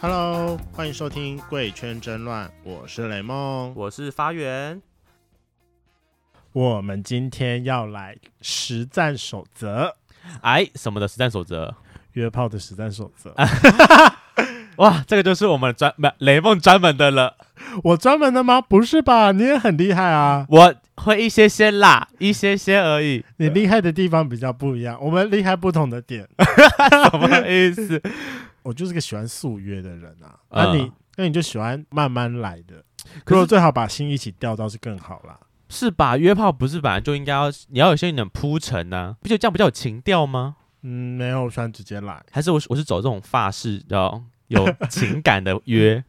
Hello，欢迎收听《贵圈争乱》，我是雷梦。我是发源，我们今天要来实战守则，哎，什么的实战守则， 约炮的实战守则。哇，这个就是我们专门雷梦专门的了。我专门的吗？不是吧？你也很厉害啊！我会一些些啦，一些些而 已，你厉害的地方比较不一样，我们 厉害不同的点。什么意思？我就是个喜欢速约的人啊，嗯那你那你就喜欢慢慢来的。可如果是最好把心一起调到是更好啦。是吧？约炮不是本来就应该要，你要有些点铺陈呐、不就这样不叫有情调吗？嗯，没有，我喜欢直接来。还是我是我是走这种法式的有情感的约？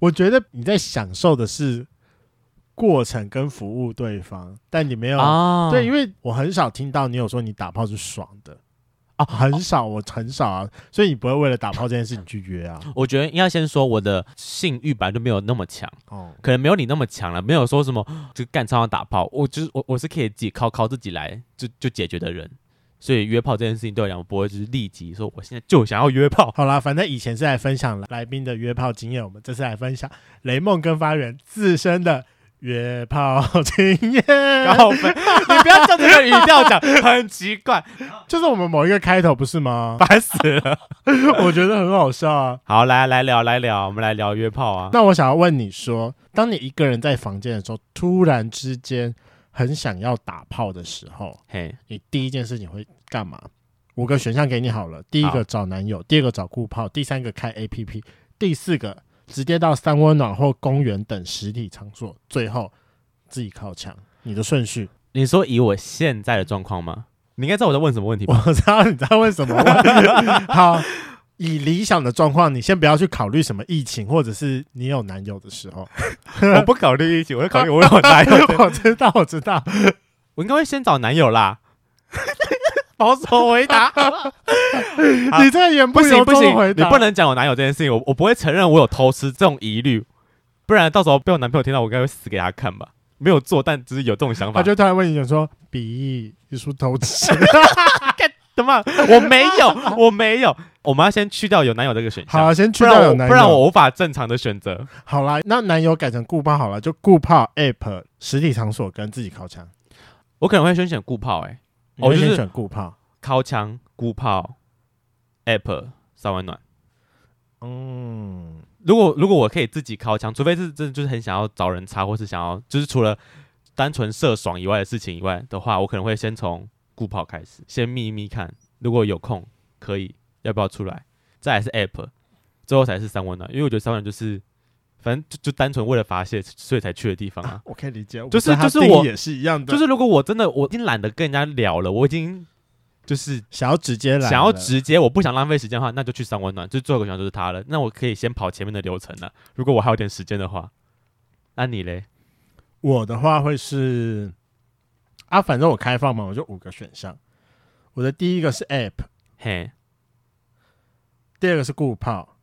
我觉得你在享受的是过程跟服务对方，但你没有、哦对，因为我很少听到你有说你打炮是爽的啊很少，我很少啊，所以你不会为了打炮这件事情去约 啊。我觉得应该先说我的性欲本来就没有那么强，哦，可能没有你那么强了，没有说什么 就干超想打炮，我就是我我是可以自己靠靠自己来就就解决的人，所以约炮这件事情对我来讲，我不会就是立即说我现在就想要约炮。 好啦，反正以前是来分享来宾的约炮经验，我们这次来分享雷梦跟发源自身的约炮 经验。 高分，你不要照这个语调讲，很奇怪， 就是我们某一个开头不是吗？烦死了。我觉得很好笑啊。好，来来聊来聊，我们来聊约炮啊。那我想要问你说，当你一个人在房间的时候，突然之间很想要打炮的时候，嘿，你第一件事情会干嘛？五个选项给你好了，第一个好找男友，第二个找顾炮，第三个开 APP，第四个直接到三温暖或公园等实体场所，最后自己靠墙。你的顺序，你说以我现在的状况吗？你应该知道我在问什么问题吧？我知道你在问什么问好，以理想的状况，你先不要去考虑什么疫情，或者是你有男友的时候。 我不考虑一起，我就考虑我 有男友。 我知道，我知道，我应该会先找男友啦。 保守回答，好你这个言不行由不衷的行回，你答不能讲我男友这件事情，我我不会承认我有偷吃这种疑虑，不然到时候被我男朋友听到，我应该会死给他看吧。没有做，但只是有这种想法啊他。就突然问你讲说：“比翼，你是不是偷 吃怎么？我没有， 我没有。我们要先去掉有男友这个选？”项，好，先去不然掉有我男友，不然我无法正常的选择。好啦，那男友改成固炮好了，就固炮 App 实体场所跟自己靠墙。我可能会先选固炮、欸，哎，哦你会先就是选固炮。靠枪、固炮、app、三温暖。嗯，如果如果我可以自己靠枪，除非是真的就是很想要找人插，或是想要就是除了单纯射爽以外的事情以外的话，我可能会先从固炮开始，先眯一眯看，如果有空可以，要不要出来？再来是 app，最后才是三温暖，因为我觉得三温暖就是反正就就单纯为了发泄所以才去的地 方啊。我可以理解，就我是跟他就是定义我也是一样的，就是如果我真的我已经懒得跟人家聊了，我已经就是想要直接来了，想要直接，我不想浪费时间的话，那就去三温暖，就最后一个选项就是它了。那我可以先跑前面的流程了，如果我还有点时间的话。那你嘞？我的话会是啊，反正我开放嘛，我就五个选项。我的第一个是 App，嘿，第二个是固炮，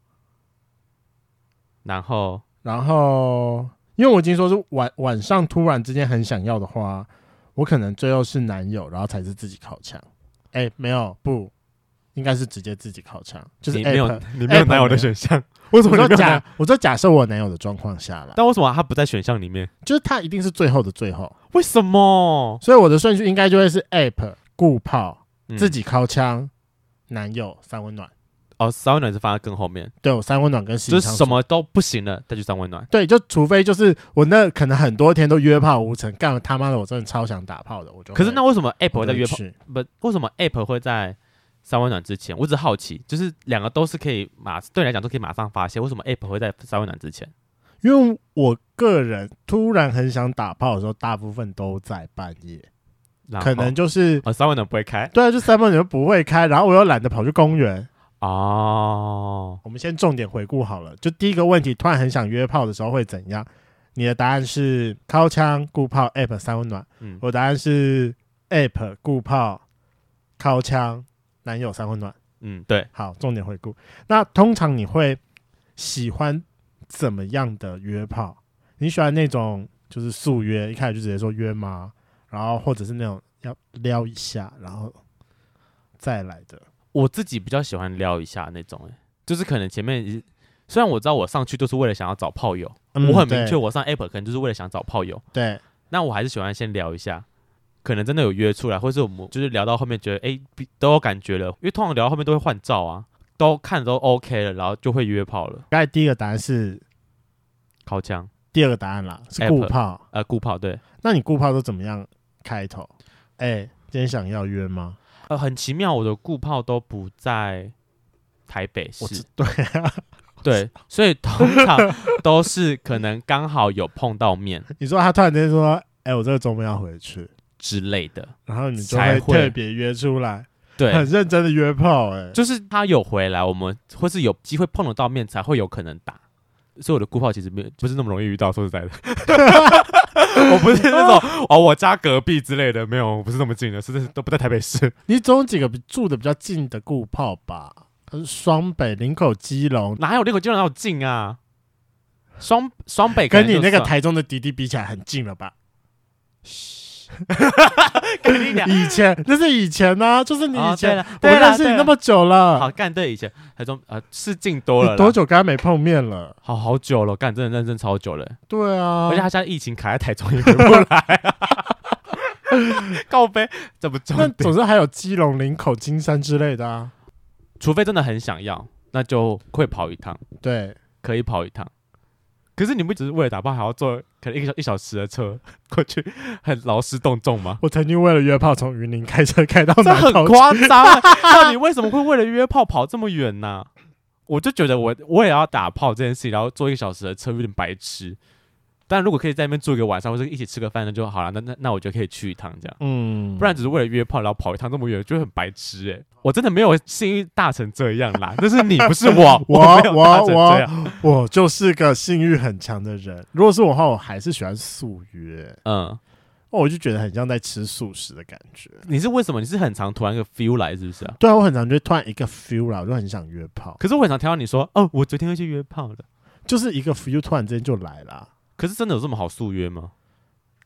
然后然后因为我已经说是晚晚上突然之间很想要的话，我可能最后是男友，然后才是自己靠墙。哎、没有不。应该是直接自己靠墙，就是你没有 app 你没有 App 男友没有的选项，为什我说么你没有男假？，我说假设我男友的状况下啦，但为什么他不在选项里面？就是他一定是最后的最后，为什么？所以我的顺序应该就会是 App 固炮、嗯自己靠枪、男友三温暖。哦，三温暖是放在更后面，对，我三温暖跟实就际是上什？么都不行了，再去三温暖。对，就除非就是我那可能很多天都约炮无成，干他妈的我真的超想打炮的，我就会可是那为什么 app 我会在就约炮？去不，为什么 app 会在三温暖之前？我只好奇，就是两个都是可以马对你来讲都可以马上发现，为什么 app 会在三温暖之前？因为我个人突然很想打炮的时候，大部分都在半夜，然后可能就是。哦，三温暖不会开对啊，就三温暖不会开，然后我又懒得跑去公园，哦。我们先重点回顾好了，就第一个问题，突然很想约炮的时候会怎样？你的答案是掏枪、固炮、app 三温暖。嗯，我的答案是 app 固炮、掏枪、男友三温暖。嗯，对，好，重点回顾。那通常你会喜欢怎么样的约炮？你喜欢那种就是速约，一开始就直接说约吗？然后或者是那种要撩一下，然后再来的。我自己比较喜欢撩一下那种、欸，就是可能前面一虽然我知道我上去就是为了想要找炮友，嗯我很对明确，我上 app 可能就是为了想找炮友，对，那我还是喜欢先聊一下，可能真的有约出来，或是我们就是聊到后面觉得哎、比都有感觉了，因为通常聊到后面都会换照啊，都看都 OK 了，然后就会约炮了，刚才第一个答案是靠枪第二个答案啦，是 App 固炮。呃顾炮对，那你固炮都怎么样开头？哎、今天想要约吗？呃很奇妙，我的顾炮都不在台北我知 市，对啊，对，所以通常都是可能刚好有碰到面你说他突然间说，哎、我这个周末要回去，之类的，然后你就才会特别约出来，对， 很认真的约炮、哎，就是他有回来，我们或是有机会碰得到面，才会有可能打。所以我的顾炮其实没有不是那么容易遇到，说实 在的，我不是那种哦，我家隔壁之类的，没有，我不是那么近的，是都不在台北市。你总有几个比住的比较近的固炮吧？双北、林口、基隆，哪有那个基本上有近啊？双双北可能跟你哎就那个算台中的迪迪比起来，很近了 吧？跟你俩以前那是以前呢、就是你以啊哦对前，了我对了认识对你了那么久了，好干对以前台中呃是近多了你啦，多久跟他没碰面了？好好久了，干真的认真超久了、对啊，而且他现在疫情卡在台中也回不来、告白这不重那点。总之还有基隆、林口、金山之类的啊。除非真的很想要，那就会跑一趟，对，可以跑一趟。可是你不只是为了打炮，还要坐可能一个小一小时的车过去，很劳师动众吗？我曾经为了约炮从云林开车开到这南很投，夸 张啊！那你为什么会为了约炮跑这么远呢、我就觉得我我也要打炮这件事情，然后坐一个小时的车有点白痴。但如果可以在那边住一个晚上，或者一起吃个饭，那就好了。那那那我就可以去一趟这样。嗯，不然只是为了约炮，然后跑一趟这么远，就很白痴哎、我真的没有幸运大成这样 啦，那是你，不是我，我 我没有大成我这样。我就是个性欲很强的人。如果是我的话，我还是喜欢素约，嗯，哦，我就觉得很像在吃素食的感觉。你是为什么？你是很常突然一个 feel 来，是不是啊？对啊，我很常就突然一个 feel 啦，我就很想约炮，可是我很常听到你说，哦，我昨天会去约炮的。就是一个 feel 突然之间就来啦。可是真的有这么好速约吗？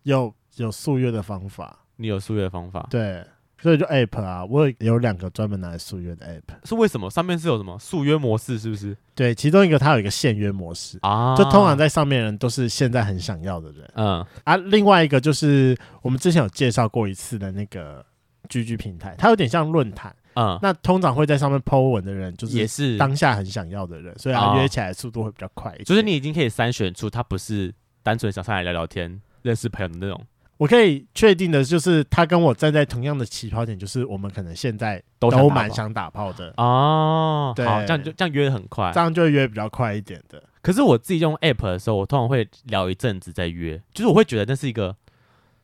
有有素约的方法，你有速约的方法？对，所以就 app 啊，我有两个专门拿来素约的 app。是为什么？上面是有什么速约模式，是不是对，其中一个它有一个限约模式，啊？就通常在上面的人都是现在很想要的人嗯啊。另外一个就是我们之前有介绍过一次的那个居居平台，它有点像论坛。嗯，那通常会在上面 Po 文的人，就也哦是是，当下很想要的人，所以他哦约起来速度会比较快一点。就是你已经可以筛选出他不是单纯想上来聊聊天、认识朋友的那种，我可以确定的就是，他跟我站在同样的起跑点，就是我们可能现在都都都蛮想打炮的，哦。对好，这样就这样约的很快这。样就会约比较快一点的。可是我自己用 app 的时候，我通常会聊一阵子再约，就是我会觉得那是一个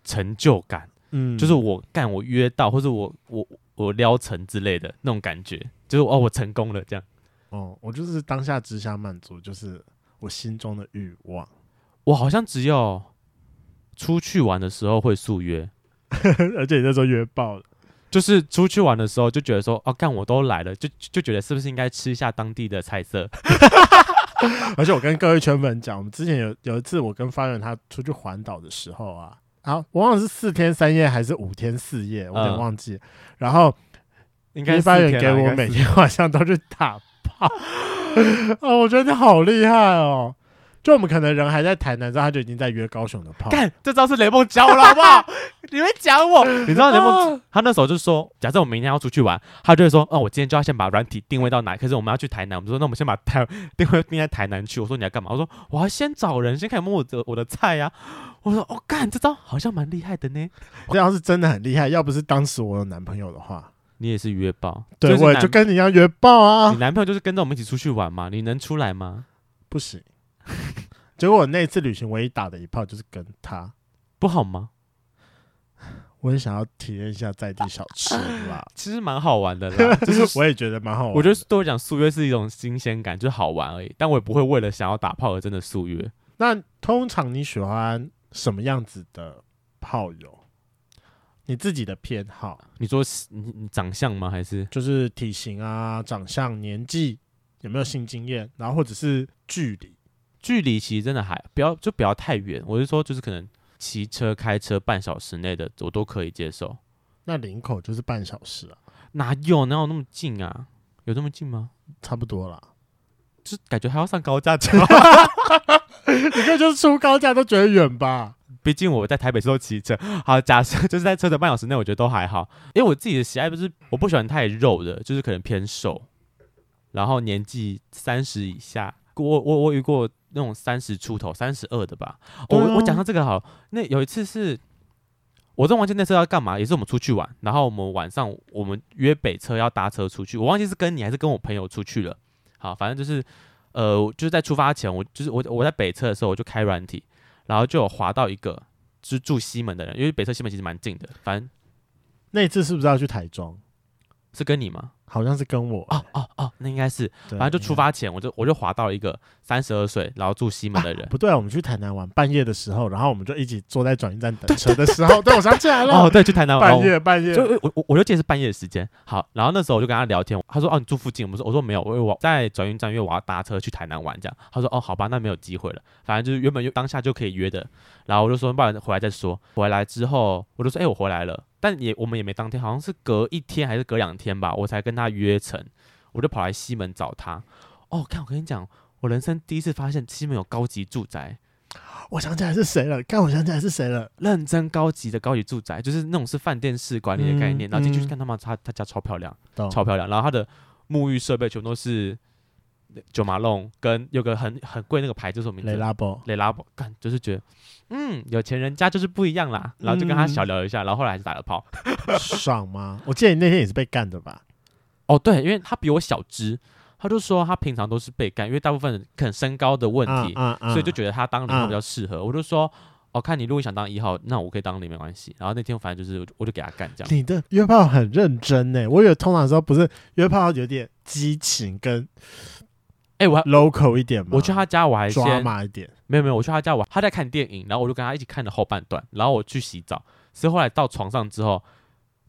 成就感，嗯，就是我干我约到，或者我我我撩成之类的那种感觉，就是哦我成功了这样。哦，我就是当下只想满足，就是我心中的欲望。 我好像只有出去玩的时候会速约，而且你那时候约爆了，就是出去玩的时候就觉得说哦干我都来了，就就就觉得是不是应该吃一下当地的菜色？ 而且我跟各位圈粉讲，我们之前有有一次我跟发源他出去环岛的时候啊，好，我忘了是四天三夜还是五天四夜，我有点嗯忘记。然后应因该为是发源天给啊应我该每是天 晚上都去打炮，哦，我觉得你好厉害哦！就我们可能人还在台南，之后他就已经在约高雄的炮。 干这招是雷梦教我的好 不好？你们讲我，你知道雷梦啊他那时候就说，假设我明天要出去玩，他就会说，哦，我今天就要先把软体定位到哪，可是我们要去台南，我们说那我们先把台定位定在台南去。我说你要干嘛？我说我要先找人，先开始摸我的我的菜呀、我说哦，干这招好像蛮厉害的呢。这样是真的很厉害，要不是当时我有男朋友的话，你也是约爆，对、是我也男就跟你一样约爆啊你，男朋友就是跟着我们一起出去玩嘛，你能出来吗？不行。结果我那一次旅行唯一打的一炮就是跟他，不好吗？，我很想要体验一下在地小吃啦其实蛮好玩 的啦，啊就是我也觉得蛮好玩的。我觉得对我讲速约是一种新鲜感，就是好玩而已，但我也不会为了想要打炮而真的速约。那通常你喜欢什么样子的炮友？你自己的偏好你说是你你长相吗？还是就是体型啊、长相、年纪，有没有性经验，然后或者是距离。距离其实真的还不要就不要太远。我是说，就是可能骑车、开车半小时内的，我都可以接受。那领口就是半小时啊，哪有哪有那么近啊？有那么近吗？差不多啦。就是感觉还要上高架桥，你看就是出高架都觉得远吧？毕竟我在台北市都骑车。 好，假设就是在车程半小时内，我觉得都还好，因为我自己的喜爱不是我不喜欢太肉的，就是可能偏瘦，然后年纪三十以下，我我我遇过那种三十出头、三十二的吧。哦对啊我我讲到这个好了，那有一次是。我真忘记那次要干嘛，也是我们出去玩，然后我们晚上我们约北车要搭车出去，我忘记是跟你还是跟我朋友出去了。好，反正就是呃，就是在出发前，我就是我我在北侧的时候，我就开软体，然后就有滑到一个就是住西门的人，因为北侧西门其实蛮近的，反正那一次是不是要去台中？是跟你吗？好像是跟我，哦哦哦，那应该是，对反正就出发前，我就我就滑到一个三十二岁，然后住西门的人。不对啊，我们去台南玩，半夜的时候，然后我们就一起坐在转运站等车的时候，对，我想起来 哦，了，对，去台南玩半夜半夜就我我我就记得是半夜的时间，好，然后那时候我就跟他聊天，他说哦你住附近，我们说我说没有，我我在转运站，因为我要搭车去台南玩这样，他说哦好吧，那没有机会了，反正就是原本就当下就可以约的，然后我就说不然回来再说，回来之后我就说哎、我回来了，但也我们也没当天，好像是隔一天还是隔两天吧，我才跟他约成，我就跑来西门找他，哦看我跟你讲，我人生第一次发现西门有高级住宅，我想起来是谁了，看我想起来是谁了，认真高级的高级住宅，就是那种是饭店式管理的概念，嗯然后进去嗯看他妈他他家超漂亮。懂超漂亮。然后它的沐浴设备全部都是九马龙跟有个很很贵那个牌子是什么名字？雷拉波，雷拉伯，干就是觉得，嗯，有钱人家就是不一样啦。然后就跟他嗯小聊一下，然后后来还是打了炮。爽吗？我记得你那天也是被干的吧？哦，对，因为他比我小只，他就说他平常都是被干，因为大部分可能身高的问题，啊所以就觉得他当零号嗯比较适合。我就说。哦，看你如果想当一号，那我可以当零没关系。然后那天反正就是，我就我就给他干这样。你的约炮很认真呢，我以为通常说不是约炮有点激情跟哎、我还 local 一点嘛，我去他家，我还抓先马一点，没有没有，我去他家玩，他在看电影，然后我就跟他一起看了后半段，然后我去洗澡，是后来到床上之后，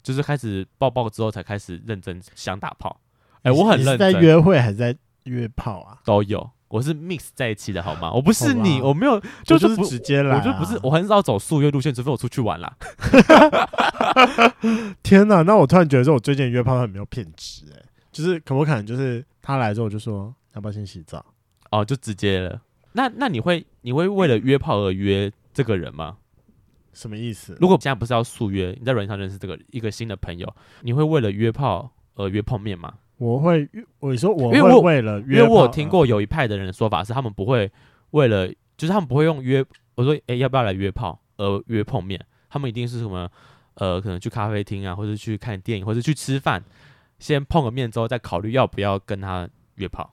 就是开始抱抱之后才开始认真想打炮。哎、我很你是认在真，约会还是在约炮啊？都有，我是 mix 在一起的好吗？我不是好吧你，我没有，我是就是不。直接来、啊我就不是，我很少走素约路线，除非我出去玩啦。天哪！那我突然觉得说，我最近约炮很没有品质哎、就是可不可能就是他来之后我就说要不要先洗澡？哦，就直接了。那那你会你会为了约炮而约这个人吗？什么意思？如果现在不是要素约，你在软件上认识这个一个新的朋友，你会为了约炮而约碰面吗？我会，我说我因为我会为了因约炮，为啊我有听过有一派的人的说法是，他们不会为了，就是他们不会用约，我说，诶，要不要来约炮，而约碰面，他们一定是什么，呃，可能去咖啡厅啊，或者去看电影，或者去吃饭，先碰个面之后再考虑要不要跟他约炮，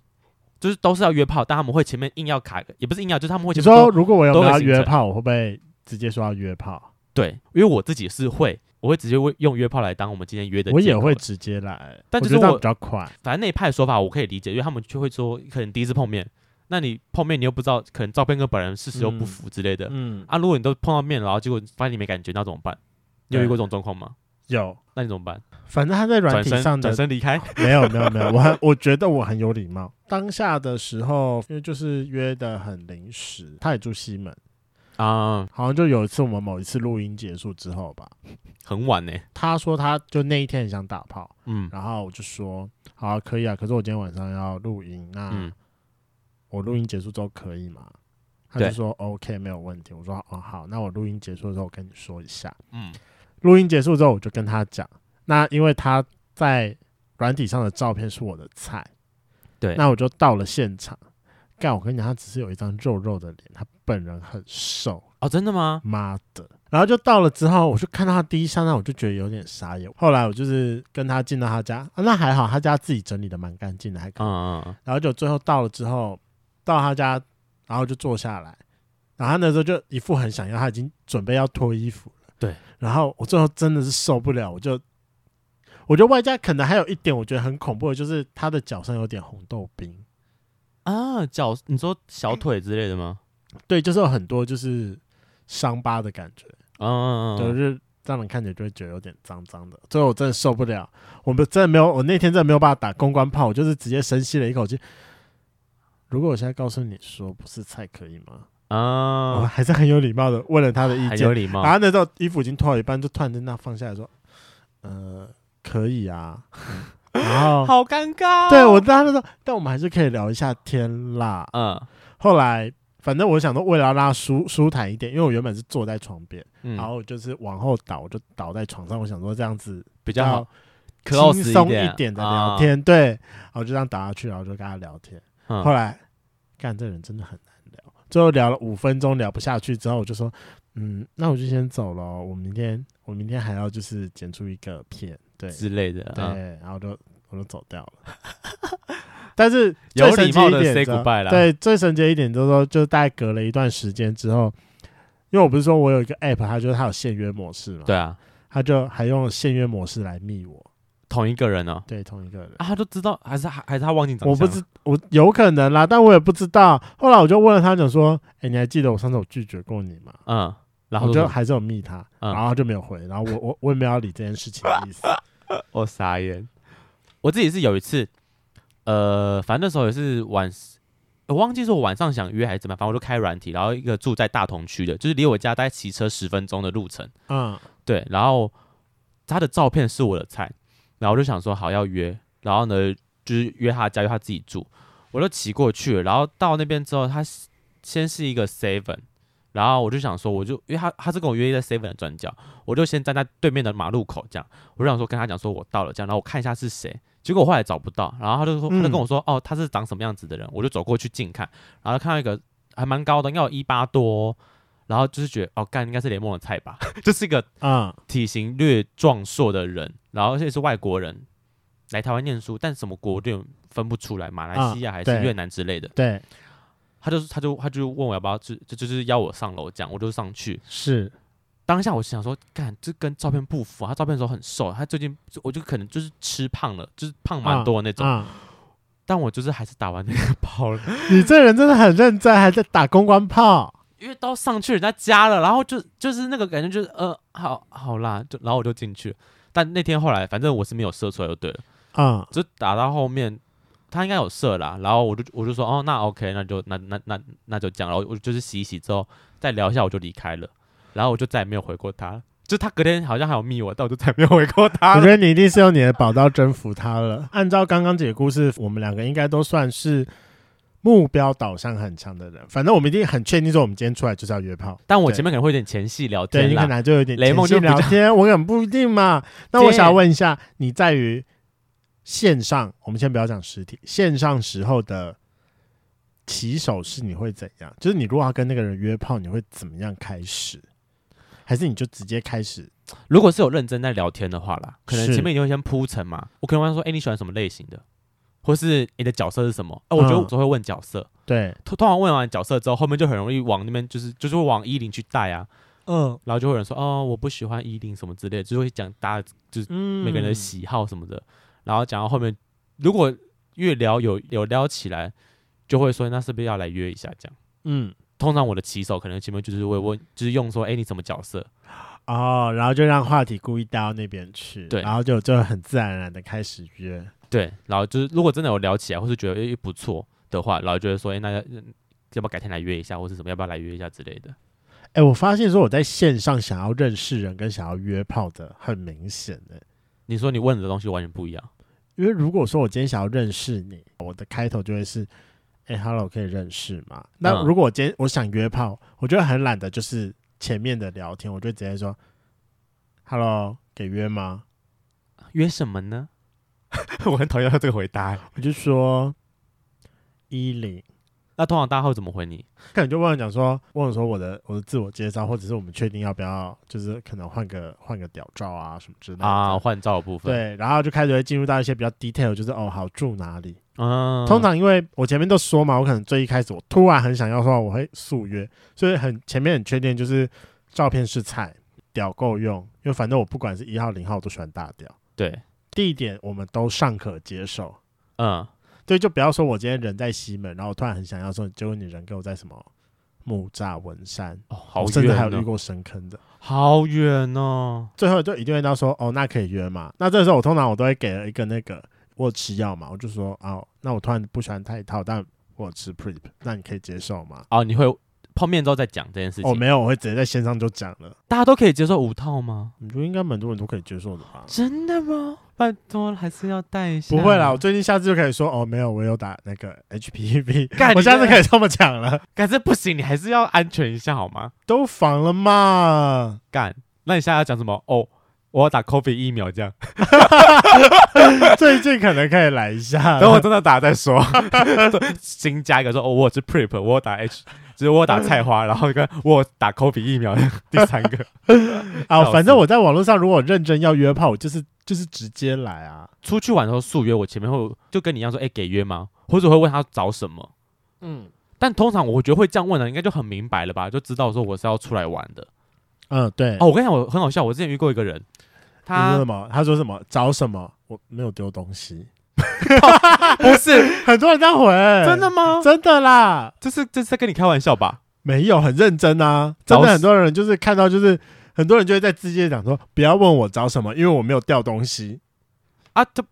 就是都是要约炮，但他们会前面硬要卡，也不是硬要，就是他们会你前面说说如果我有都会没有要形约成炮，我会不会直接说要约炮？对，因为我自己是会，我会直接会用约炮来当我们今天约的，我也会。直接来，但我就觉得是这样我比较快。反正那一派的说法我可以理解，因为他们就会说，可能第一次碰面，那你碰面你又不知道，可能照片跟本人事实又不符之类的、嗯，啊。如果你都碰到面了，然后结果发现你没感觉，那怎么办？你有遇过这种状况吗？有，那你怎么办？反正他在软转体身上的转身 离开？没有没有没有，我很 我觉得我很有礼貌。当下的时候，因为就是约的很临时，他也住西门，啊、好像就有一次我们某一次录音结束之后吧，很晚呢、他说他就那一天很想打炮，嗯然后我就说好啊、可以啊，可是我今天晚上要录音，那嗯，我录音结束之后可以吗？他对就说 OK 没有问题。我说哦好，那我录音结束的时候我跟你说一下。嗯，录音结束之后我就跟他讲，那因为他在软体上的照片是我的菜，对那我就到了现场。干，我跟你讲，他只是有一张肉肉的脸，他本人很瘦，哦，真的吗？妈的！然后就到了之后，我就看到他第一刹那，我就觉得有点傻眼。后来我就是跟他进到他家，啊、那还好，他家自己整理的蛮干净的，还可以。嗯嗯嗯，然后就最后到了之后，到他家，然后就坐下来，然后他那时候就一副很想要，他已经准备要脱衣服了。对，然后我最后真的是受不了，我就，我觉得外加可能还有一点，我觉得很恐怖的就是他的脚上有点红豆冰，嗯啊，脚，你说小腿之类的吗？对，就是有很多就是伤疤的感觉，嗯嗯嗯就嗯，是让人看起来就会觉得有点脏脏的。最后我真的受不了，我们真的没有，我那天真的没有办法打公关炮，我就是直接深吸了一口气。如果我现在告诉你说不是菜可以吗？我啊，还是很有礼貌的问了他的意很见有，礼貌然。后那时候嗯衣服已经脱了一半，就突然间那放下来说：“呃，可以啊。” 然后好尴尬哦、对我当时说，但我们还是可以聊一下天啦。嗯后来反正我想说，为了要让他舒舒坦一点，因为我原本是坐在床边，嗯，然后就是往后倒，我就倒在床上。我想说这样子比比较好，较 close 轻松一点的啊聊天，对，然后就这样倒下去，然后就跟他聊天。嗯后来干这人真的很难聊，最后聊了五分钟聊不下去之后，我就说，嗯，那我就先走了哦，我明天我明天还要就是剪出一个片，对啊之类的，对嗯，，然后就我就走掉了。但 是有最神礼奇貌一地点 say 知道 goodbye 啦对，最神奇的一点就是说，就大概隔了一段时间之后，因为我不是说我有一个 app，它就是它有限约模式嘛，对啊，他就还用限约模式来密我，同一个人哦，对，同一个人。啊，他就知道，还是还还是他忘记长相了我不知我有可能啦，但我也不知道。后来我就问了他，讲说：“哎、你还记得我上次有拒绝过你吗嗯，？”然我后就就还是有密他，嗯然后他就没有回，然后我我我也没有要理这件事情的意 思。我傻眼，我自己是有一次，呃，反正那时候也是晚，我忘记是我晚上想约还是怎么样，反正我就开软体，然后一个住在大同区的，就是离我家大概骑车十分钟的路程，嗯，对，然后他的照片是我的菜，然后我就想说好要约，然后呢就是约他家，约他自己住，我就骑过去了，然后到那边之后，他是先是一个 seven，然后我就想说，我就因为他他是跟我约在 seven 的转角，我就先站在对面的马路口这样，我就想说跟他讲说我到了这样，然后我看一下是谁。结果我后来找不到，然后他就说，他就跟我说，哦，他是长什么样子的人，我就走过去近看，然后看到一个还蛮高的，应该有一八多哦、然后就是觉得，哦，干应该是联盟的菜吧， 就是一个啊、体型略壮硕的人，然后而且是外国人来台湾念书，但什么国我有点分不出来，马来西亚还是啊对越南之类的。对，他就他就他就问我要不要就就就是要我上楼这样，我就上去。是，当下我想说，干这跟照片不符啊，他照片的时候很瘦，他最近我就可能就是吃胖了，就是胖蛮多的那种。啊、但我就是还是打完那个包了， 你这人真的很认真，还在打公关炮。因为都上去人家家了，然后就就是那个感觉就是呃好好啦，就然后我就进去了。但那天后来反正我是没有射出来就对了。啊、就打到后面，他应该有射啦，然后我就我就说哦，那 OK，那就那那那那就这样，然后我就是洗一洗之后再聊一下，我就离开了，然后我就再也没有回过他了。就他隔天好像还有密我，但我就再也没有回过他我 了。觉得你一定是用你的宝刀征服他了。按照刚刚姐的故事，我们两个应该都算是目标导向很强的人。反正我们一定很确定说，我们今天出来就是要约炮。但我前面可能会有点前戏聊对天啊你可啦，能就有点雷梦前就戏比较聊 天，我很不一定嘛。那我想问一下，你在于线上，我们先不要讲实体，线上时候的起手是你会怎样？就是你如果要跟那个人约炮，你会怎么样开始？还是你就直接开始？如果是有认真在聊天的话啦，可能是前面一定会先铺陈嘛，我可能会说，哎、你喜欢什么类型的，或是你的角色是什么？哦、我觉得嗯我只会问角色，对，通通常问完角色之后，后面就很容易往那边就是就是会往一零去带啊，嗯然后就会有人说哦，我不喜欢衣领什么之类的，就会讲大家嗯每个人的喜好什么的。然后讲到后面，如果越聊有有聊起来，就会说那是不是要来约一下这样？嗯通常我的起手可能前面就是会问，就是用说哎、你什么角色？哦，然后就让话题故意带到那边去，对然后就就很自然而然的开始约。对，然后就是如果真的有聊起来，或是觉得哎、不错的话，然后就会说哎、那要要不要改天来约一下，或是什么要不要来约一下之类的。哎、我发现说我在线上想要认识人跟想要约炮的很明显的、你说你问的东西完全不一样，因为如果说我今天想要认识你，我的开头就会是，哎、h e l l o 可以认识吗？那嗯如果我今天我想约炮，我就会很懒得，就是前面的聊天，我就直接说，hello，给约吗？约什么 呢？我很讨厌他这个回答、我就说一零，那通常大家会怎么回你？可能就问我讲说，问我说我的我的自我介绍，或者是我们确定要不要，就是可能换个换个屌照啊什么之类的啊，。换照的部分。，对，然后就开始会进入到一些比较 detail，就是哦，好住哪里，嗯，通常因为我前面都说嘛，我可能最一开始我突然很想要的话，我会速约，所以很前面很确定就是照片是菜，屌够用，因为反正我不管是一号零号我都喜欢大屌，对，地点我们都尚可接受，嗯，对，就不要说我今天人在西门，然后我突然很想要说，结果你人给我在什么木栅文山，哦，好我甚至还有远遇哦，过深坑的，好远哦，最后就一定会到说，哦，那可以约嘛？那这时候我通常我都会给了一个那个我有吃药嘛，我就说，哦，那我突然不喜欢太套，但我有吃 prep，那你可以接受吗？哦，你会碰面之后再讲这件事情。哦，没有，我会直接在线上就讲了。大家都可以接受五套吗？我觉得应该蛮多人都可以接受的吧？真的吗？拜托，还是要带一下。不会啦，我最近下次就可以说哦，没有，我有打那个 HPV， 干我下次你可以这么讲了，干这不行，你还是要安全一下好吗？都防了 嘛。干，那你现在要讲什么？哦，我要打 COVID 疫苗这样。最近可能可以来一下，等我真的打再说。 新加一个说，哦，我有吃 Prep，我有打 H，就是我有打菜花，然后跟我有打 COVID 疫苗，第三个 啊，笑反死正我在网络上如果认真要约炮，我就是就是直接来啊。出去玩的时候速约，我前面会就跟你一样说，哎、给约吗？或者会问他找什么。嗯但通常我觉得会这样问的，应该就很明白了吧？就知道说我是要出来玩的。嗯，对。哦，我跟你讲，我很好笑，我之前遇过一个人，你说他 什么？他说什么？找什么？我没有丢东西。不是 很多人在回， 真的吗？真的啦，这是这是在跟你开玩笑吧？没有很认真啊。找真死的很多人就是看到就是很多人就会在字界讲说，不要问我找什么，因为我没有掉东西。啊，这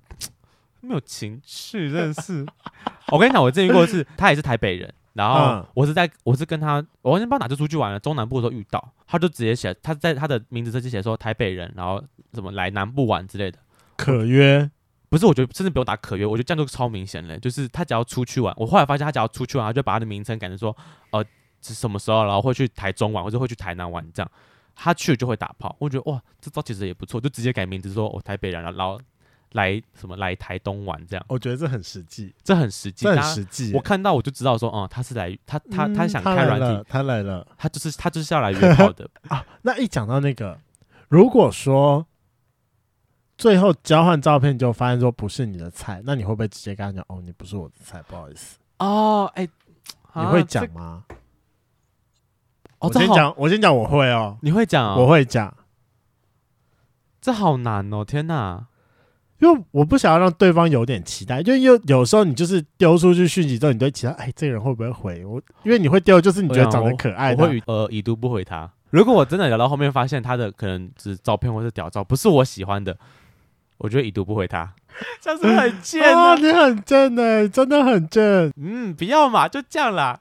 没有情趣，真的是。 我跟你讲，我之前遇过一次，他也是台北人，然后嗯我是在我是跟他，我完全不知道哪次出去玩了，中南部的时候遇到，他就直接写，他在他的名字这就写说台北人，然后什么来南部玩之类的。可约，不是，我觉得甚至不用打可约，我觉得这样就超明显了。就是他只要出去玩，我后来发现他只要出去玩，他就把他的名称改成说，呃，是什么时候，然后会去台中玩，或者会去台南玩这样。他去了就会打炮，我觉得哇，这招其实也不错，就直接改名字说，我、哦台北人，然后然后来什么来台东玩这样，我觉得这很实际，这很实际。这很大家实际。我看到我就知道说，哦、他是来他他嗯他想他开来软了体，，他来了。他就是他就是要来约炮 的。啊那一讲到那个，如果说最后交换照片就发现说不是你的菜，那你会不会直接跟他讲哦，你不是我的菜，不好意思？哦，哎、你啊会讲这吗？我哦，这先好，讲，我先讲，我会哦，你会讲、我哦，会讲，这好难哦，天哪！因为我不想要让对方有点期待，就因为有时候你就是丢出去讯息之后，你对其他哎，这个人会不会回我？因为你会丢，就是你觉得长得可爱啊我的啊会，呃已读不回他。如果我真的聊到后面发现他的可能只是照片或是屌照不是我喜欢的，我就会已读不回他。 这样是不是很贱哦， 啊？你很正哎、真的很正 嗯，不要嘛，就这样啦。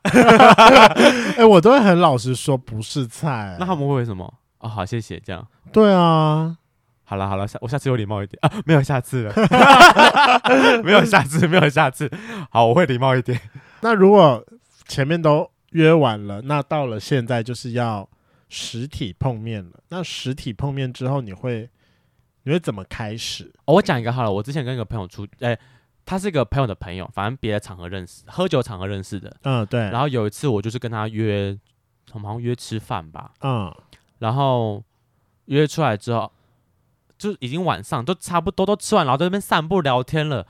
哎、我都会很老实说不是菜、那他们会回什么？哦，好，谢谢，这样。对啊，好了好了，下我下次有礼貌一点啊，没有下次 了，没有下次，没有下次。好，我会礼貌一点。那如果前面都约完了，那到了现在就是要实体碰面了。那实体碰面之后，你会你会怎么开始？哦，我讲一个好了，我之前跟一个朋友出，哎、他是一个朋友的朋友，反正别的场合认识，喝酒场合认识的。嗯，对然，后有一次我就是跟他约，我们好像约吃饭吧，嗯，然后约出来之后，就已经晚上，都差不多都吃完，然后在那边散步聊天了，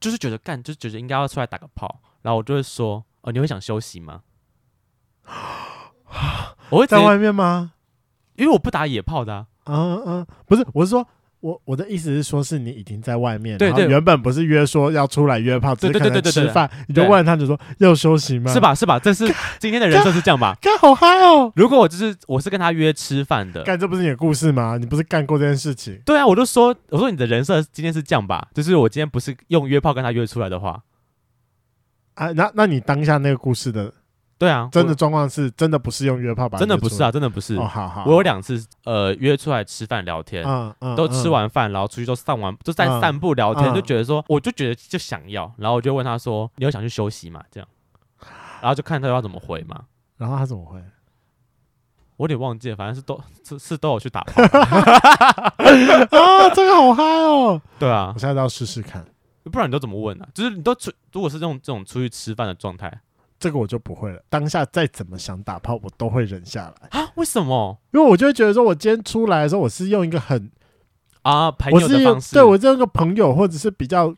就是觉得干，就是觉得应该要出来打个炮，然后我就会说，哦，你会想休 息吗？我会直在接，外面吗？因为我不打野炮的、啊，嗯嗯，不是，我是说。我我的意思是说，是你已经在外面，对然后对原本不是约说要出来约炮，只对是对可对能对对吃对饭，你就对问他，就说要休息吗？是？吧？是吧？这是今天的人设是这样吧？干好嗨哦！如果我就是我是跟他约吃饭的，干，这不是你的故事吗？你不是干过这件事情？对啊，我就说，我说你的人设今天是这样吧？就是我今天不是用约炮跟他约出来的话，啊，那那你当下那个故事的对啊，真的状况是真的不是用约炮吧？我真的不是啊，真的不是。哦，好好，我有两次呃约出来吃饭聊天，嗯嗯，都吃完饭，然后出去都散完，就在散步聊天，嗯就觉得说，我就觉得就想要，然后我就问他说，你有想去休息吗？这样，然后就看他要怎么回嘛。嗯。然后他怎么会？我有点忘记了，反正是都是是都有去打 炮，啊，这个好嗨哦！对啊我，现在都要试试看，不然你都怎么问啊？就是你都出，如果是这种这种出去吃饭的状态这个我就不会了。当下再怎么想打炮，我都会忍下来，啊，为什么因为我就会觉得说，我今天出来的时候，我是用一个很，啊？朋我友是的用方式，对我是用一个朋友或者是比较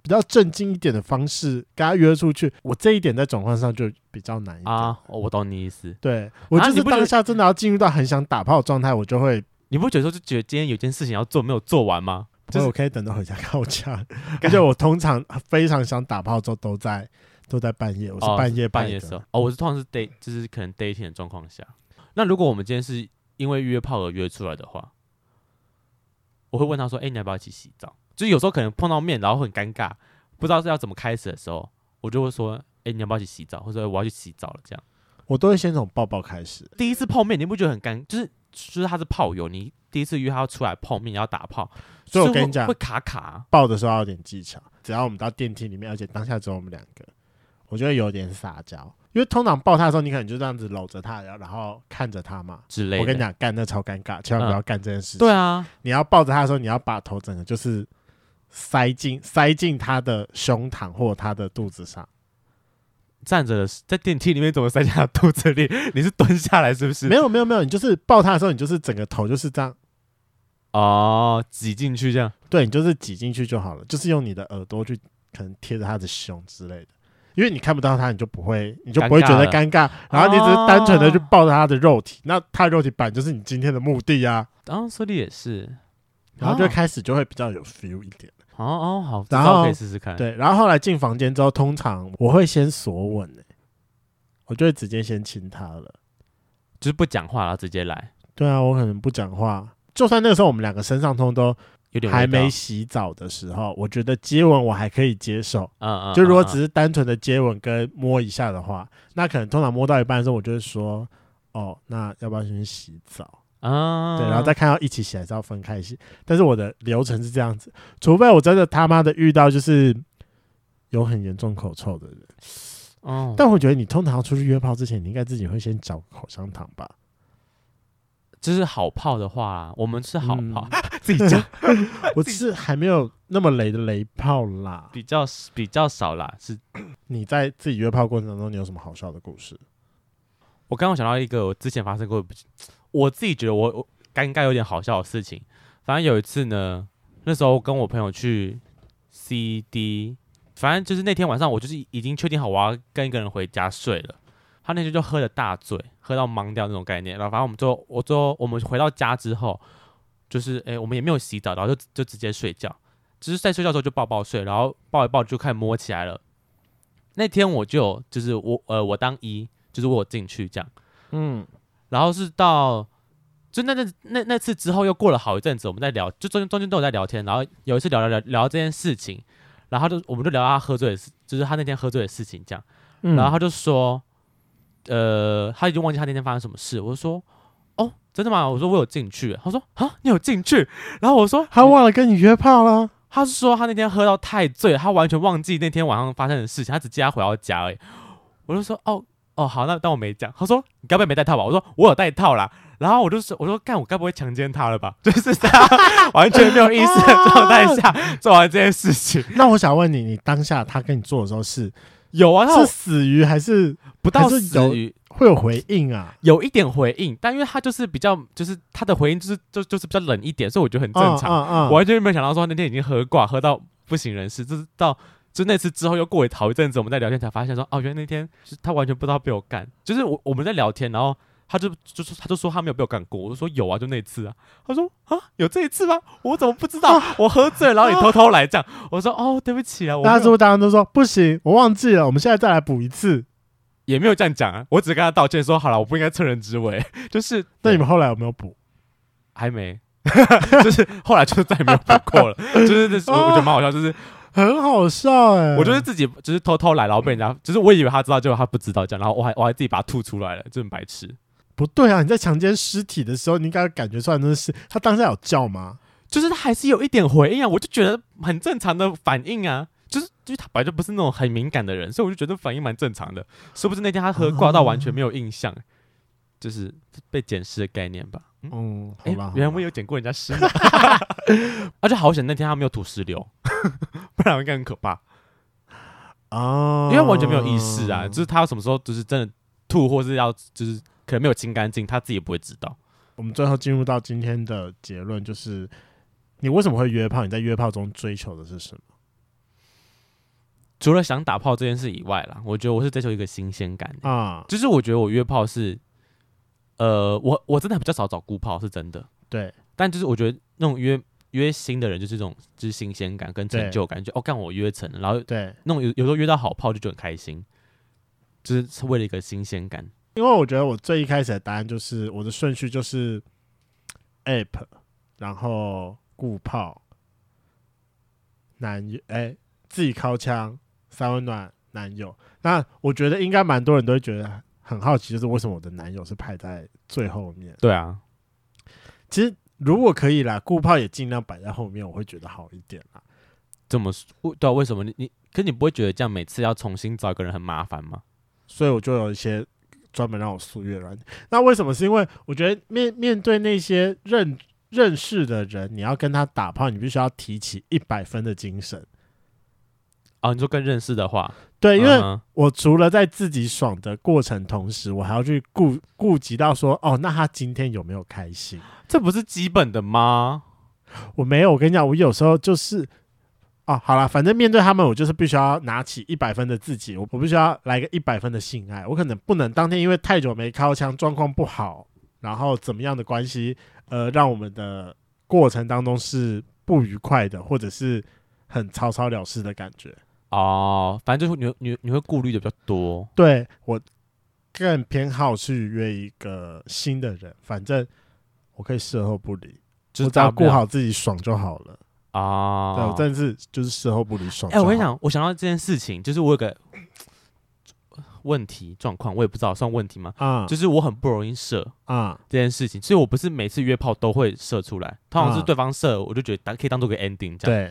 比较正经一点的方式跟他约出去，我这一点在转换上就比较难一点。啊、哦我懂你意思。对我就啊是你不觉得当下真的要进入到很想打炮的状态，我就会。你不觉得说就觉得今天有件事情要做没有做完吗？就是我可以等到回家靠 墙，而且我通常非常想打炮之后都在都在半夜，我是哦半夜半半夜的时候，哦，我是通常是 day，就是可能 dating 的状况下。那如果我们今天是因为约炮而约出来的话，我会问他说：“哎、你要不要一起洗澡？”就是有时候可能碰到面，然后很尴尬，不知道是要怎么开始的时候，我就会说：“哎、你要不要一起洗澡？”或者哎我要去洗澡了。这样我都会先从抱抱开始。第一次碰面，你不觉得很尴？就是就是他是炮友，你第一次约他要出来碰面要打炮，所以我是跟会你讲会，卡卡。抱的时候要有点技巧。只要我们到电梯里面，而且当下只有我们两个，我就会有点撒娇，因为通常抱他的时候，你可能就这样子搂着他，然后然后看着他嘛。之类的，嗯我跟你讲，干那超尴尬，千万不要干这件事情。对啊，你要抱着他的时候，你要把头整个就是塞进塞进他的胸膛或他的肚子上。站着的时在电梯里面怎么塞进他的肚子里？ 你是蹲下来是不是？没有没有没有，你就是抱他的时候，你就是整个头就是这样，哦，挤进去这样。对你就是挤进去就好了，就是用你的耳朵去可能贴着他的胸之类的。因为你看不到他，你就不会，你就不会觉得尴尬，然后你只是单纯的去抱着他的肉体，那他的肉体版就是你今天的目的啊，然后说的也是，然后就哦会开始就会比较有 feel 一点，哦哦好，这然招后可以试试看。，对。然后后来进房间之后，通常我会先锁吻、欸，我就会直接先亲他了。就是不讲话，然后直接来，对啊，我可能不讲话。就算那个时候我们两个身上通都有点味道还没，洗澡的时候，我觉得接吻我还可以接受。嗯嗯，就如果嗯只是单纯的接吻跟摸一下的话，那可能通常摸到一半的时候，我就会说：“哦，那要不要先去洗澡嗯？”对，然后再看到一起洗还是要分开洗。但是我的流程是这样子，除非我真的他妈的遇到就是有很严重口臭的人，哦，但但我觉得你通常出去约炮之前，你应该自己会先找口香糖 吧。就是好泡的话，我们是好泡，嗯 自己讲，我是还没有那么雷的雷炮啦。 比较比较少啦。是你在自己约炮过程当中，你有什么好笑的故事？我刚刚想到一个我之前发生过，我自己觉得我我尴尬有点好笑的事情。反正有一次呢，那时候跟我朋友去 CD，反正就是那天晚上我就是已经确定好我要跟一个人回家睡了。他那天就喝的大醉，喝到懵掉那种概念。然后反正我们最后，我最后我们回到家之后，就是诶、我们也没有洗澡，然后就就直接睡觉，只是在睡觉的时候就抱抱睡，然后抱一抱就开始摸起来了。那天我就有就是我呃我当一，就是我有进去这样。嗯，然后是到就那阵那那次之后，又过了好一阵子，我们在聊，就中间中间都有在聊天。然后有一次聊聊聊聊这件事情，然后就我们就聊到他喝醉的事，就是他那天喝醉的事情这样。嗯然后他就说，呃，他已经忘记他那天发生什么事。我就说，哦，真的吗？我说我有进去。他说啊，你有进去？然后我说他忘了跟你约炮了。他是说他那天喝到太醉，他完全忘记那天晚上发生的事情，他只记得他回到家而已。我就说哦哦好，那但我没讲。他说你该不会没带套吧？啊我说我有带套啦。然后我就说我说干，我该不会强奸他了吧？就是在他 完全没有意识的状态下做完这件事情。那我想问你，你当下他跟你做的时候 是有啊，是他死鱼还是不到还是有死于 会有回应啊？有一点回应，但因为他就是比较就是他的回应就是就就是比较冷一点，所以我觉得很正常。啊我完全没有想到说那天已经喝挂，喝到不省人事。就是到就那次之后，又过了好一阵子，我们在聊天才发现说，哦，原来那天是他完全不知道被我干。就是我我们在聊天，然后他就就说他就说他没有被我干过，我就说有啊，就那一次啊。他说啊，有这一次吗？我怎么不知道？我喝醉，然后你偷偷来这样。我说哦，对不起啊，我大家没是不有是当时都说不行，我忘记了，我们现在再来补一次？也没有这样讲啊，我只是跟他道歉说好了，我不应该趁人之危，就是那你 们后来有没有补？还没。 就是后来就再也没有补过了，就是这是我我觉得蛮好笑，就是很好笑哎、我就是自己就是偷偷来，然后被人家，嗯就是我以为他知道，结果他不知道这样，然后我还我还自己把他吐出来了，这很白痴。不对啊！你在强奸尸体的时候，你应该感觉出来那是他当下有叫吗？就是他还是有一点回应啊，我就觉得很正常的反应啊，就是就是他本来就不是那种很敏感的人，所以我就觉得反应蛮正常的。殊不知那天他喝挂到完全没有印象，就是被检视的概念吧。嗯，嗯，好哎、吧，好原来吧我有捡过人家尸呢， 而且好险那天他没有吐石榴， 不然应该很可怕。啊，因为完全没有意识啊，就是他什么时候就是真的吐，或是要就是可能没有清干净，他自己也不会知道。我们最后进入到今天的结论，就是你为什么会约炮？你在约炮中追求的是什么？除了想打炮这件事以外啦，我觉得我是追求一个新鲜感的，啊，就是我觉得我约炮是，呃，我我真的比较少找顾炮是真的，对，但就是我觉得那种约约新的人就是这种就是新鲜感跟成就感，就哦干我约成了，然后对，那种有有时候约到好炮就觉得很开心，就是是为了一个新鲜感。因为我觉得我最一开始的答案就是我的顺序就是 app，然后固炮，男友，哎、自己靠枪，三温暖男友。那我觉得应该蛮多人都会觉得很好奇，就是为什么我的男友是排在最后面。对啊，其实如果可以啦，顾炮也尽量摆在后面，我会觉得好一点啦。这么说为对啊？为什么你你？可你不会觉得这样每次要重新找一个人很麻烦吗？所以我就有一些专门让我素月软体。那为什么？是因为我觉得面面对那些认认识的人，你要跟他打炮，你必须要提起一百分的精神。哦，你说更认识的话，对，欸因为嗯哼我除了在自己爽的过程，同时我还要去顾顾及到说，哦，那他今天有没有开心？这不是基本的吗？我没有，我跟你讲，我有时候就是，哦，好啦，反正面对他们，我就是必须要拿起一百分的自己，我我必须要来个一百分的性爱，我可能不能当天因为太久没靠枪，状况不好，然后怎么样的关系，呃，让我们的过程当中是不愉快的，或者是很草草了事的感觉。哦，反正就是你你你会顾虑的比较多。对我更偏好去约一个新的人，反正我可以事后不理，就是我只要大不顾了好自己爽就好了。啊。对，我真的是就是事后不理爽。哎、我跟你，讲，我想到这件事情，就是我有个问题状况，我也不知道算问题吗？啊，就是我很不容易射啊、这件事情，所以我不是每次约炮都会射出来，通常是嗯对方射，我就觉得当可以当做个 ending 这样。对，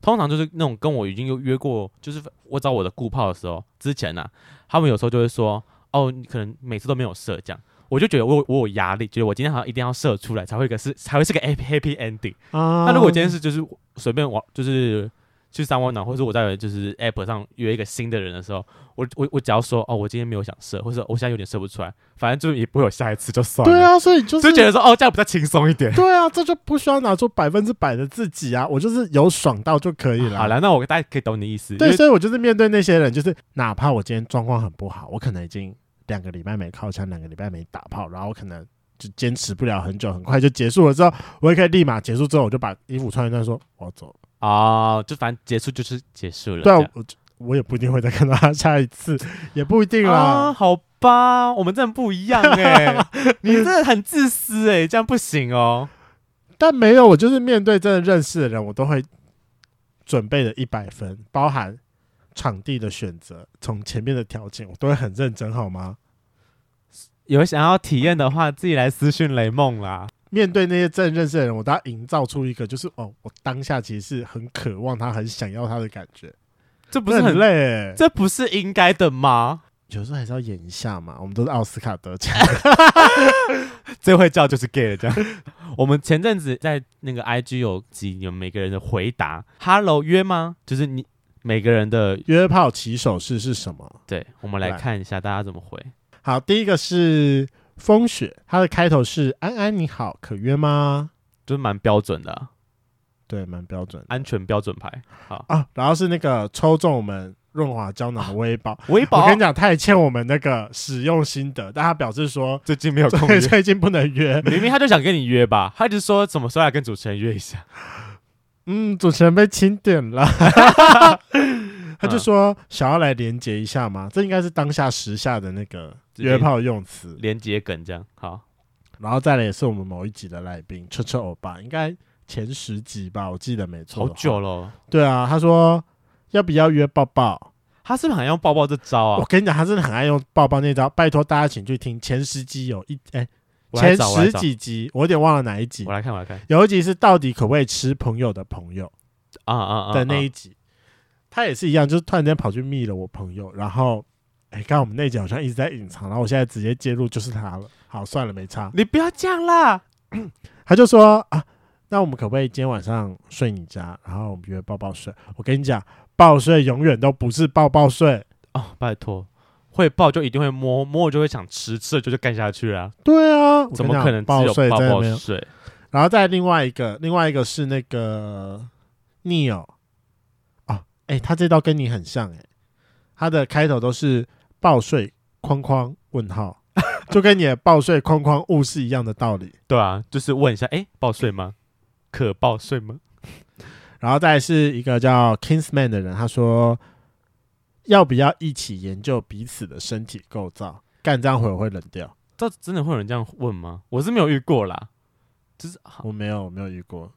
通常就是那种跟我已经有约过，就是我找我的顾炮的时候，之前啊，他们有时候就会说，哦，你可能每次都没有射这样。我就觉得我有我有压力，觉得我今天好像一定要射出来才会一个是才会是个 happy happy ending。啊那如果今天是就是随便玩，就是去三温暖，或者是我在就是 App 上约一个新的人的时候，我我我只要说哦，我今天没有想射，或者我现在有点射不出来，反正就是也不会有下一次，就算了。对，啊，所以就是就觉得说哦，这样比较轻松一点。对啊，这就不需要拿出百分之百的自己啊，我就是有爽到就可以了。好了，那我大家可以懂你的意思。因对，为所以我就是面对那些人，就是哪怕我今天状况很不好，我可能已经两个礼拜没靠枪，两个礼拜没打炮，然后我可能就坚持不了很久，很快就结束了之后，我也可以立马结束之后，我就把衣服穿一穿，说我要走了。哦，就反正结束就是结束了。对这啊样，我就我也不一定会再看到他下一次，也不一定啦。啊，好吧，我们真的不一样哎、 你真的很自私哎、这样不行哦。但没有，我就是面对真的认识的人，我都会准备的一百分，包含场地的选择，从前面的条件，我都会很认真，好吗？有想要体验的话，自己来私讯雷梦啦。面对那些真的认识的人，我都要营造出一个就是哦，我当下其实是很渴望他、很想要他的感觉，这不是很很，累、欸？这不是应该的吗？有时候还是要演一下嘛，我们都是奥斯卡得 奖，最会叫就是 gay 了，这样。 我们前阵子在那个 IG 有集你们每个人的回答，Hello 约吗？就是你每个人的，约炮起手式是什么？对，我们来来看一下大家怎么回。好，第一个是风雪，它的开头是安安你好，可约吗？就是蛮标准的啊、对，蛮标准的安全标准牌。好，啊。然后是那个抽中我们润滑胶囊的微宝，维我宝跟你讲，他也欠我们那个使用心得，但他表示说最近没有空最 最近不能约。 明明他就想跟你约吧，他就说什么时候来跟主持人约一下。嗯，主持人被清点 了，他就说想要来连接一下嘛，这应该是当下时下的那个约炮用词，连接梗这样好，然后再来也是我们某一集的来宾车车欧巴，应该前十集吧，我记得没错，好久。了哦，对啊，他说要不要约抱抱？他是不是很用抱抱这招我啊？跟你讲，他真的很爱用抱抱那招，拜托大家请去听前十集有一哎、我来前找，我来十找，几集，我有点忘了哪一集我，来看，我来看有一集是到底可不可以吃朋友的朋友。啊啊啊的那啊一集，他也是一样，就是突然间跑去密了我朋友，然后，哎、刚刚我们那一集好像一直在隐藏，然后我现在直接揭露就是他了。好，算了，没差。啊你不要这样啦，他就说啊，那我们可不可以今天晚上睡你家，啊然后我们约抱抱睡？我跟你讲，抱睡永远都不是抱抱睡。哦，拜托，会抱就一定会摸，摸我就会想吃，吃了就就干下去啊，对啊，我跟怎你么讲可能只抱有睡抱真的抱没有？睡？然后再另外一个，另外一个是那个 Neil 啊，哎、他这道跟你很像哎、他的开头都是报税框框问号， 就跟你的报税框框物是一样的道理。对啊，就是问一下，哎、抱睡吗？可抱睡吗？然后再来是一个叫 Kingsman 的人，他说要不要一起研究彼此的身体构造？干这样会我会冷掉，这真的会有人这样问吗？我是没有遇过啦，就是好，我没有我没有遇过。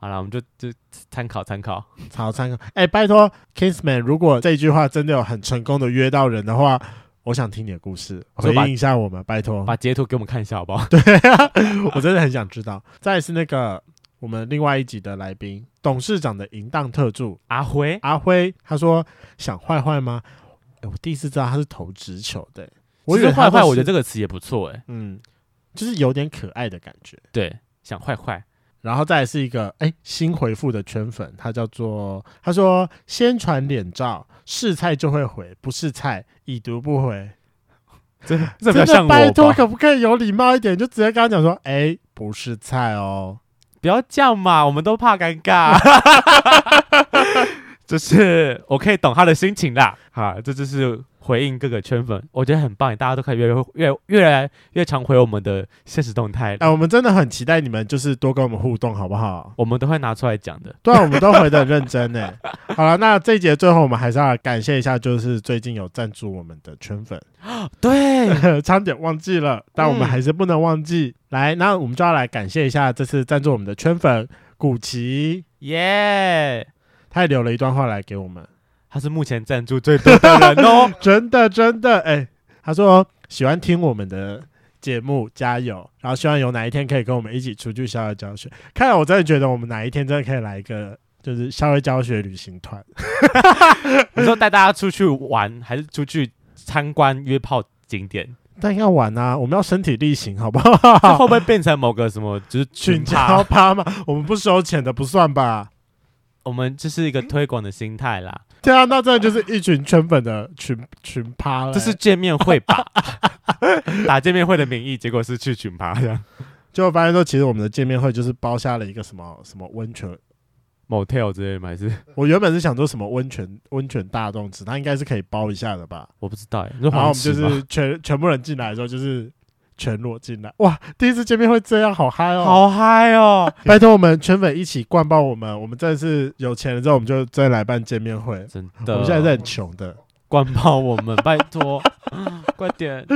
好啦，我们就就参考参考。好参考。哎、拜托 Kingsman，如果这句话真的有很成功的约到人的话，我想听你的故事，我说回把应一下我们，拜托。把截图给我们看一下好不好？ 我真的很想知道。再来是那个我们另外一集的来宾，董事长的淫荡特助阿辉，阿辉，他说想坏坏吗？哎我第一次知道他是投直球的、欸我其以实为坏坏，我觉这得这个词也不错哎、嗯，就是有点可爱的感觉。对，想坏 坏，然后再来是一个哎新回复的圈粉，他叫做他说先传脸照，是菜就会回，不是菜已读不回。这这真比较像的我拜托，吧？可不可以有礼貌一点？就直接跟他讲说，哎，不是菜哦。不要这样嘛，我们都怕尴 尬。就是我可以懂他的心情啦，好，这就是回应各个圈粉，我觉得很棒，大家都可以越越越来越常回我们的现实动态，哎，我们真的很期待你们，就是多跟我们互动，好不好？我们都会拿出来讲的。对啊，我们都回的认真呢。 好了，那这一节最后我们还是要感谢一下，就是最近有赞助我们的圈粉，对，差点忘记了，但我们还是不能忘记。来，那我们就要来感谢一下这次赞助我们的圈粉古奇，耶、他也留了一段话来给我们， 他是目前赞助最多的人 哦。真的真的，哎、他说喜欢听我们的。节目加油！然后希望有哪一天可以跟我们一起出去校外教学。看来我真的觉得我们哪一天真的可以来一个就是校外教学旅行团。你说带大家出去玩，还是出去参观约炮景点？但要玩啊，我们要身体力行，好不这 好？会不会变成某个什么就是群群交趴趴？嘛，我们不收钱的不算吧？我们这是一个推广的心态啦， 对啊，那这就是一群圈粉的群群趴了、这是见面会 吧？打见面会的名义，结果是去群趴这样。结果发现说，其实我们的见面会就是包下了一个什么什么温泉。 motel 之类的吗？还是我原本是想说什么温泉温泉大众池，它应该是可以包一下的吧？我不知道哎、你说然后我黄们池就吗是全全部人进来的时候就是全裸进来，哇！第一次见面会这样，好嗨哦！好嗨哦！拜托我们圈粉一起灌爆我们，我们真的是有钱了之后，我们就再来办见面会。真我的，们现在是很穷的。灌爆我们，拜 托，快点！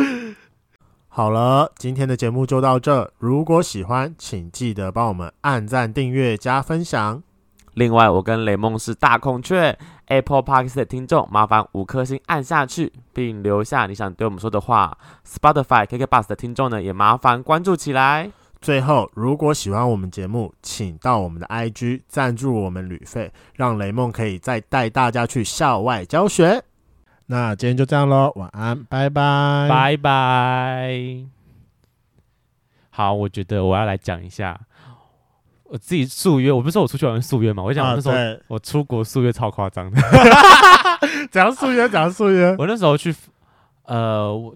好了，今天的节目就到这。如果喜欢，请记得帮我们按赞、订阅、加分享。另外，我跟雷梦是大孔雀 Apple Park 的听众，麻烦五颗星按下去，并留下你想对我们说的话。Spotify KK Bus 的听众呢，也麻烦关注起来。最后，如果喜欢我们节目，请到我们的 IG 赞助我们旅费，让雷梦可以再带大家去校外教学。那今天就这样喽，晚安，拜拜，。拜拜。好，我觉得我要来讲一下我自己宿约。我不是说我出去玩宿约嘛，我讲我啊，那时候、对，我出国宿约超夸张的。 讲溯源，讲溯源。我那时候去，呃，我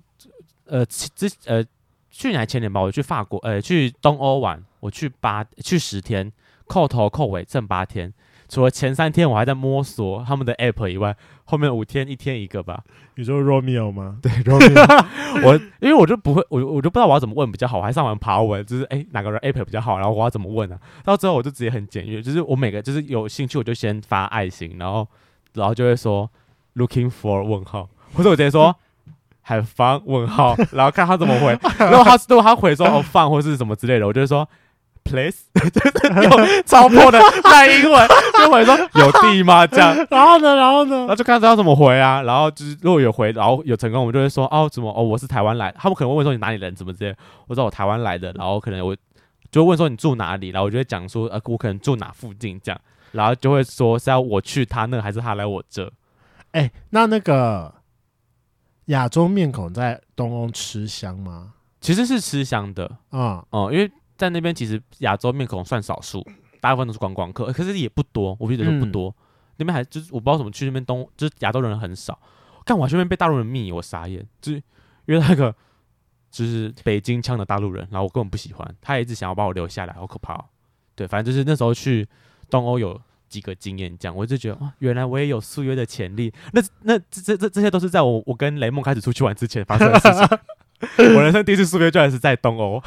呃其之呃去年还前年吧，我去法国，呃去东欧玩，我去八去十天，扣头扣尾正八天。除了前三天我还在摸索他们的 app 以外，后面五天一天一个吧。你说 Romeo 吗？对，Romeo，我因为我就不会，我我就不知道我要怎么问比较好，我还上网爬文，就是哎、诶哪个人 app 比较好，然后我要怎么问啊？到最后我就直接很简约，就是我每个就是有兴趣我就先发爱心，然后然后就会说 looking for 问号，或者我直接说 have fun 问号， 然后看他怎么回。如果他如果他回说哦 fun 或是什么之类的，我就会说 please，就是 有超破的烂英文，就回说有地吗？这样，然后呢？然后呢然？后就看他怎么回啊，然后就是如果有回，然后有成功，我们就会说哦，怎么哦，我是台湾来，他们可能会问说你哪里人，怎么之类的，我说我台湾来的，然后可能我就会问说你住哪里，然后我就会讲说呃，我可能住哪附近这样，然后就会说是要我去他那，还是他来我这？哎、那那个亚洲面孔在东欧吃香吗？其实是吃香的，啊、哦、因为在那边其实亚洲面孔算少数，大部分都是观光客，呃可是也不多，我觉得说不嗯多，那边还就是我不知道怎么去那边东，就是亚洲人很少，干我去那边被大陆人密，我傻眼，就是因为那个就是北京腔的大陆人，然后我根本不喜欢，他也一直想要把我留下来，好可怕、哦。对，反正就是那时候去东欧有几个经验，这样我就觉得哇，原来我也有速约的潜力。那那这这这这些都是在我我跟雷梦开始出去玩之前发生的事情。 我人生第一次速约居然是在东欧，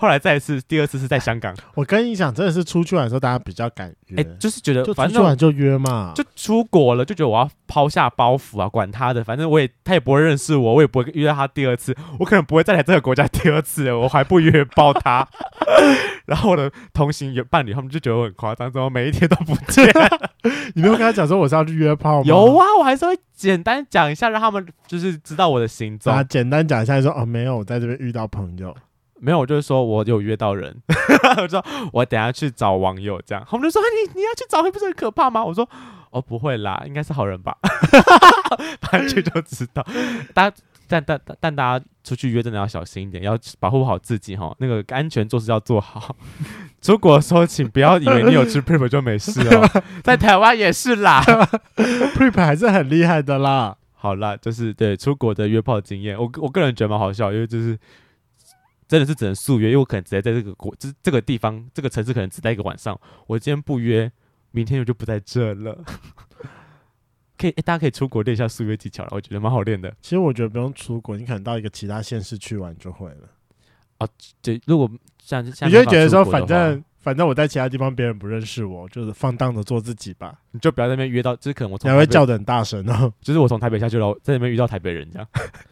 后来再一次，第二次是在香港。我跟你讲，真的是出去玩的时候，大家比较敢约，哎、就是觉得就出反去正玩就约嘛。就出国了，就觉得我要抛下包袱啊，管他的，反正我也他也不会认识我，我也不 会遇到他第二次，我可能不会再来这个国家第二次了，我还不约爆他。然后我的同行有伴侣他们就觉得我很夸张，怎么每一天都不见？你没有跟他讲说我是要去约炮吗？ 有 啊，我还是会简单讲一下，让他们就是知道我的行踪。啊，简单讲一下，说哦，没有，我在这边遇到朋友，没有，我就是说我有约到人， 我说我等下去找网友这样，他们就说啊你你要去找会不是很可怕吗？我说哦不会啦，应该是好人吧， 反正就知道。大家但但但但大家出去约真的要小心一点，要保护好自己哈，那个安全措施要做好。 出国的时候请不要以为你有吃 prep 就没事哦， 在台湾也是啦。 prep 还是很厉害的啦。好啦，就是对出国的约炮经验，我我个人觉得蛮好笑，因为就是真的是只能速约，因为我可能只在在这个国这这个地方这个城市可能只待一个晚上，我今天不约，明天我就不在这了。 可以、诶大家可以出国练一下速约技巧了，我觉得蛮好练的。其实我觉得不用出国，你可能到一个其他县市去玩就会了。对，如果像像你就会没办法觉得说，出国反的话正反正我在其他地方别人不认识我，就是放荡的做自己吧。你就不要在那边约到，就是可能我从你还会台北叫的很大声哦。就是我从台北下去了，在那边遇到台北人这样，